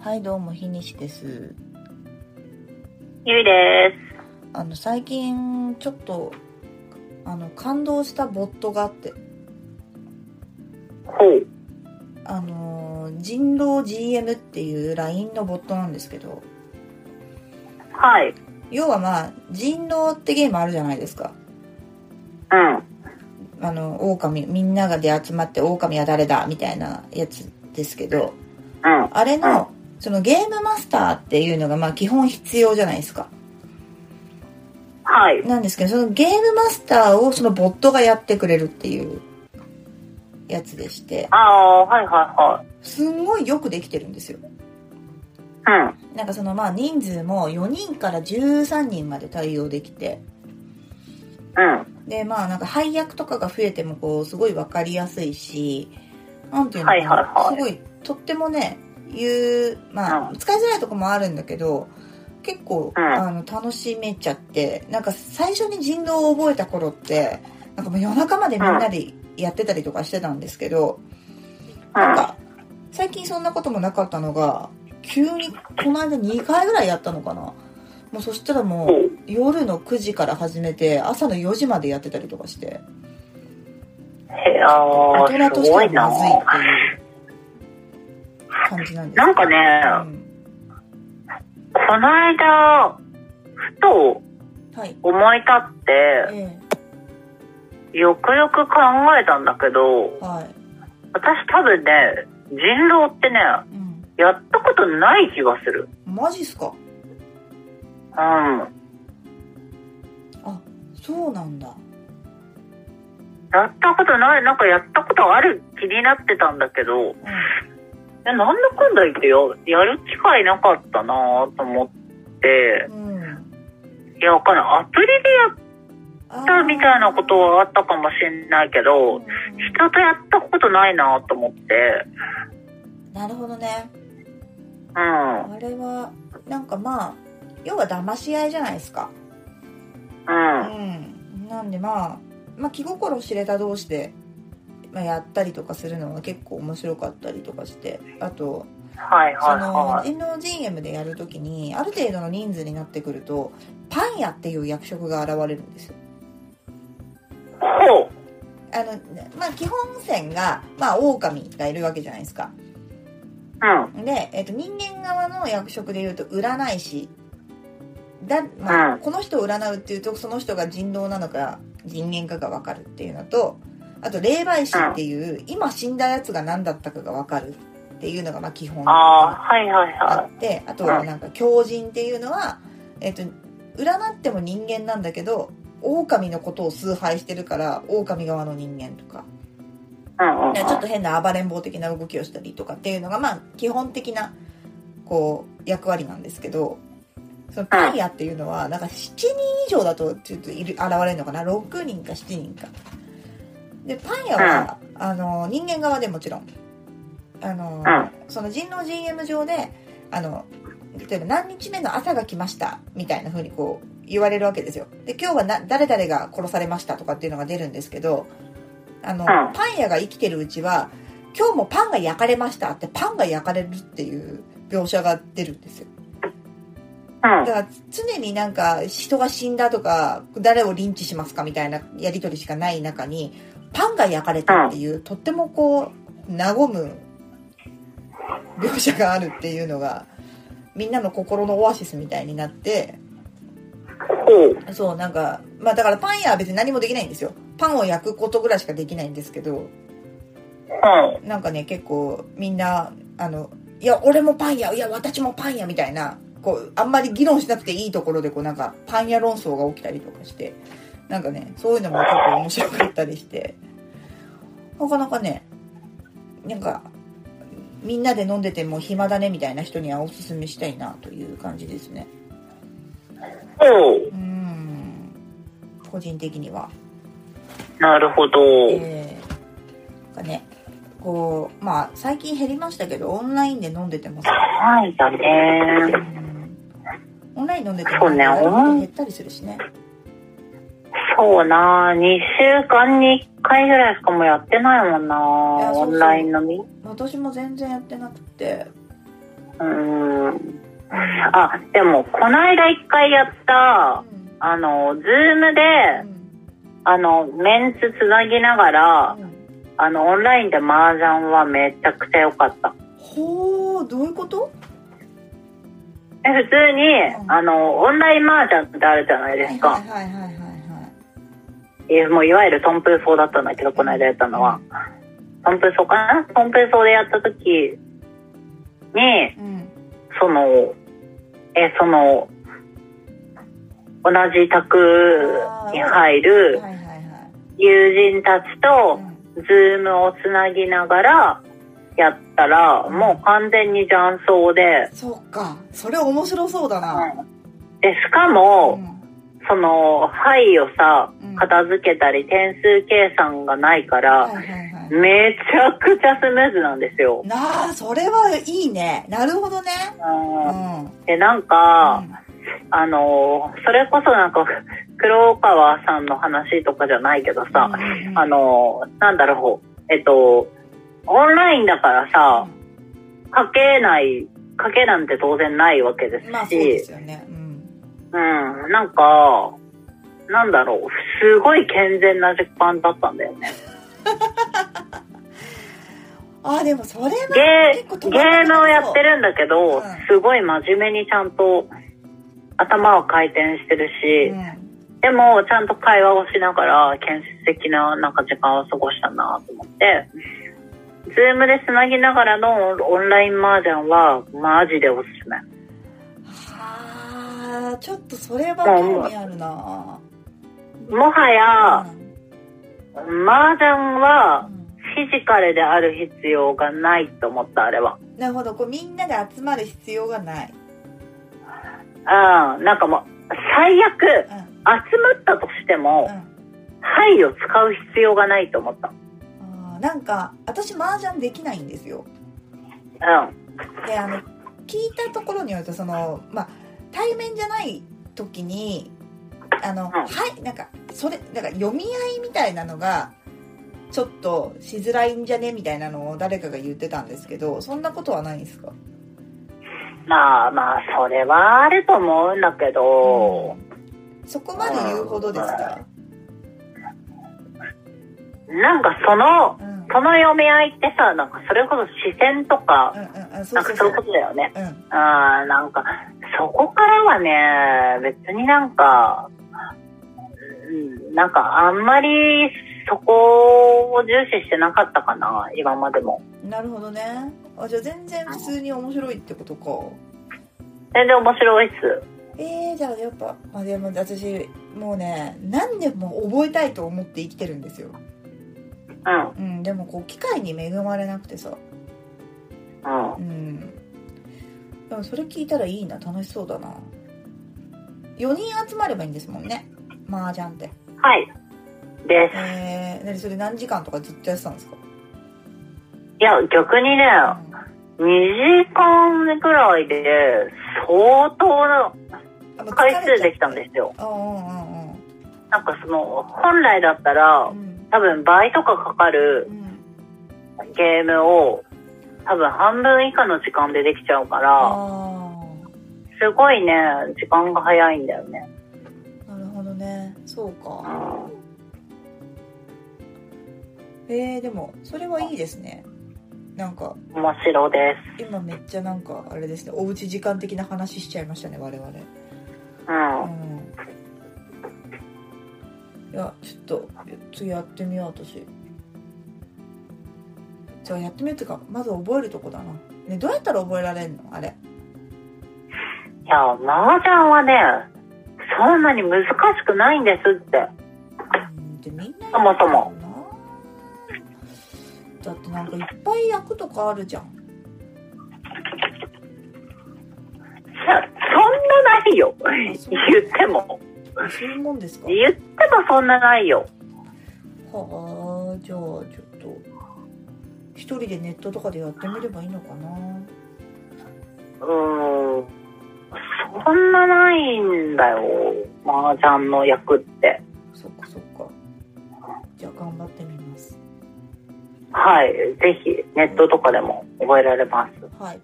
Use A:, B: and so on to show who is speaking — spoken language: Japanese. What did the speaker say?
A: はいどうも日西です
B: ゆいで
A: あの最近ちょっとあの感動したボットがあって
B: す。ほう。
A: あのー人狼 GM っていう LINE のボットなんですけど
B: はい。
A: 要はまあ人狼ってゲームあるじゃないですか
B: うん。
A: あの狼みんながで集まって狼は誰だみたいなやつですけど
B: うん。
A: あれのそのゲームマスターっていうのがまあ基本必要じゃないですか
B: はい。
A: なんですけどそのゲームマスターをそのボットがやってくれるっていうやつでして
B: ああ、はいは
A: すんごいよくできてるんですよ
B: いはい。
A: なんかそのまあ人数も4人から13人まで対応できて
B: うん。うん。
A: でまあなんか配役とかが増えてもこうすごい分かりやすいしなんていうのか
B: はい
A: な、
B: はいはい
A: すごいとってもね言うまあ、
B: う
A: 使いづらいとこもあるんだけど結構、
B: うん
A: あの楽しめちゃってなんか最初に人狼を覚えた頃ってなんかもう夜中までみんなでやってたりとかしてたんですけど、なんか最近そんなこともなかったのが急にこの間2回ぐらいやったのかなもうそしたらもう
B: ほう。
A: 夜の9時から始めて朝の4時までやってたりとかして
B: へえ、あ
A: 大
B: あ、
A: 人とし
B: す
A: て
B: ご
A: はい
B: な
A: ま。ずいっていう感じなんです
B: なんかね、
A: うん
B: この間、ふと
A: はい
B: 思い立っ
A: え
B: て、よくよく考えたんだけど
A: え、はい
B: 私多分ね、人狼ってね、
A: うん
B: やったことない気がする。
A: マジっすか
B: うん。
A: あそうなんだ
B: やったことない、なんかやったことある気になってたんだけど、
A: う
B: いやなんだかんだ言ってよやる機会なかったなぁと思って
A: ん、うん、
B: いやわかんないアプリでやっ
A: あ
B: たみたいなことはあったかもしれないけ
A: を
B: ど人とやったことないなぁと思って
A: なるほどね
B: うん
A: あれはなんかまあ要は騙し合いじゃないですか
B: うん
A: うん、なんでまあ、まあ、気心知れた同士で、まあ、やったりとかするのは結構面白かったりとかしてあと
B: はいはい
A: その
B: はい
A: 人狼 GM でやるときにある程度の人数になってくるとパン屋っていう役職が現れるんですよ。
B: ほう
A: あのまあ、基本線が、まあ、狼がいるわけじゃないですか。
B: うん
A: で、えっと人間側の役職でいうと占い師だ、まあ
B: うん
A: この人を占うっていうとその人が人狼なのか人間かが分かるっていうのとあと霊媒師っていう、今死んだやつが何だったかが分かるっていうのがまあ基本
B: あ
A: あ
B: ーはいはいは
A: ってあと
B: う
A: は
B: ん
A: なんか狂人っていうのは、えっと占っても人間なんだけど狼のことを崇拝してるから狼側の人間とか
B: いうんうん
A: ねちょっと変な暴れん坊的な動きをしたりとかっていうのがまあ基本的なこう役割なんですけどそのパン屋っていうのはなんか7人以上だとちょっといる現れるのかな6人か7人かでパン屋はあの人間側でもちろんあのその人狼 GM 上であの例えば何日目の朝が来ましたみたいな風にこう言われるわけですよで今日はな誰々が殺されましたとかっていうのが出るんですけどあの、
B: ん
A: パン屋が生きてるうちは今日もパンが焼かれましたってパンが焼かれるっていう描写が出るんですよ
B: うん
A: だから常になんか人が死んだとか誰をリンチしますかみたいなやり取りしかない中にパンが焼かれたっていうとってもこう和む描写があるっていうのがみんなの心のオアシスみたいになって
B: ほう
A: そうなんかまあだからパン屋は別に何もできないんですよパンを焼くことぐらいしかできないんですけど
B: うん
A: なんかね結構みんなあのいや俺もパン屋いや私もパン屋みたいなこうあんまり議論しなくていいところでこうなんかパン屋論争が起きたりとかしてなんかねそういうのも結構面白かったりしてなかなかねなんかみんなで飲んでても暇だねみたいな人にはおすすめしたいなという感じですね
B: ほう
A: うん個人的には
B: なるほど
A: えーなんかねこうまあ最近減りましたけどオンラインで飲んでてもさ
B: はいだね
A: オンライン飲んでて
B: そ
A: も
B: うね
A: やるこ
B: オ
A: と
B: ン
A: 減ったりするしね。
B: そうな2週間に1回ぐらいしかもうやってないもんない
A: やそうそう
B: オンライン飲み
A: 私も全然やってなくて、
B: うん。あ、でも、こないだ一回やった、あの、ズームで、
A: うん
B: あの、メンツつなぎながら、
A: うん
B: あの、オンラインで麻雀はめちゃくちゃ良かった。
A: ほうどういうこと
B: え普通に、
A: うん
B: あの、オンライン麻雀ってあるじゃないです
A: は
B: か
A: い。はいはいはいはい
B: えもういわゆるトンプーソーだったんだけど、この間やったのは。トンプーソーかなトンプーソーでやった時に、
A: うん
B: その、え、その、同じ卓に入
A: はい
B: る
A: はいはい
B: 友人たち
A: う
B: と、
A: ん
B: ズームをつなぎながらやったら、もう完全に雀荘で、
A: そっかそれ面白そうだな
B: で、しか
A: う
B: も、
A: ん
B: その、牌をさ
A: うん、
B: 片付けたり点数計算がないか
A: はい
B: ら、
A: はいはい
B: めちゃくちゃスムーズなんですよ。
A: なあそれはいいねなるほどねう
B: うん
A: ん
B: で、なんか、あの、それこそなんか、黒川さんの話とかじゃないけどさ、あの、なんだろう、えっと、オンラインだからさ、書けない、書けなんて当然ないわけで
A: まあ
B: す
A: そうで
B: し、
A: すよねうん
B: うん、なんか、なんだろう、すごい健全な時間だったんだよね。
A: あでもそれは
B: ゲ
A: 結構
B: ー、
A: 止
B: ゲ
A: まらない
B: ームをやってるんだけ
A: う
B: ど、
A: ん
B: すごい真面目にちゃんと頭は回転してるし、
A: うん
B: でも、ちゃんと会話をしながら、建設的な、なんか時間を過ごしたなと思って、ズームでつなぎながらのオンライン麻雀は、マジでおすすめ。
A: はあちょっとそれは興味あるな
B: もはや、
A: うん
B: 麻雀は、
A: うん
B: フィジカルである必要がないと思った、あれは。
A: なるほどこうみんなで集まる必要がない
B: うん、なんかもう、最悪、
A: う
B: 集
A: ん
B: まったとしても
A: う、ん
B: 牌を使う必要がないと思った。
A: あーなんか私麻雀できないんですよ
B: うん、
A: であの聞いたところによるとその、まあ、対面じゃない時にあの、はいなんかそれなんか読み合いみたいなのがちょっとしづらいんじゃねみたいなのを誰かが言ってたんですけどそんなことはないんですか
B: まあまあ、それはあると思うんだけど、
A: そこまで言うほどですか、
B: なんかその、
A: うん、うんうん
B: その読み合いってさ、なんかそれこそ視線とか、
A: うんうんそ
B: な
A: うんそ
B: か
A: う
B: そ
A: そうう
B: いうことだよね。
A: うん
B: あーなんか、そこからはね、別になんか、うん、なんかあんまりそこを重視してなかったかな、今までも。
A: なるほどねあじゃあ全然普通に面白いってことか
B: 全然面白いっす。
A: えー、じゃあやっぱ、まあ、でも私もうね何でも覚えたいと思って生きてるんですよ
B: う
A: う
B: ん、
A: ん、でもこう機会に恵まれなくてさ、
B: うん
A: う。ん、でもそれ聞いたらいいな楽しそうだな4人集まればいいんですもんね麻雀って
B: はい。です。
A: えー、何それ何時間とかずっとやってたんですか
B: いや、逆にね、2時間ぐらいで相当な回数できたんですすよ。
A: うんうんうん
B: なんかその、本来だったら
A: う、ん
B: 多分倍とかかかる
A: うん
B: ゲームを多分半分以下の時間でできちゃうから、
A: あ
B: すごいね、時間が早いんだよね。
A: あなるほどねそう
B: う
A: か
B: ん
A: えー、でもそれはいいですねなんか
B: 面白いで
A: 今めっちゃなんかあれですねおうち時間的な話しちゃいましたね我々
B: す。うん。
A: いやちょっと次やってみよう私じゃあやってみるっていうかまず覚えるとこだなねどうやったら覚えられんのあれ
B: いや、麻雀はね、そんなに難しくないんですって。
A: うんでみんな
B: そもそも
A: なだってなんかいっぱい役とかあるじゃん
B: そそんなないよ。言っても。
A: そういうもんですか
B: 言ってもそんなないよ。
A: はあじゃあちょっと一人でネットとかでやってみればいいのかな
B: うん。そんなないんだよ。麻雀の役って。
A: そっかそっかじゃあ頑張ってみます
B: はい。ぜひ、ネットとかでも覚えられます。
A: はい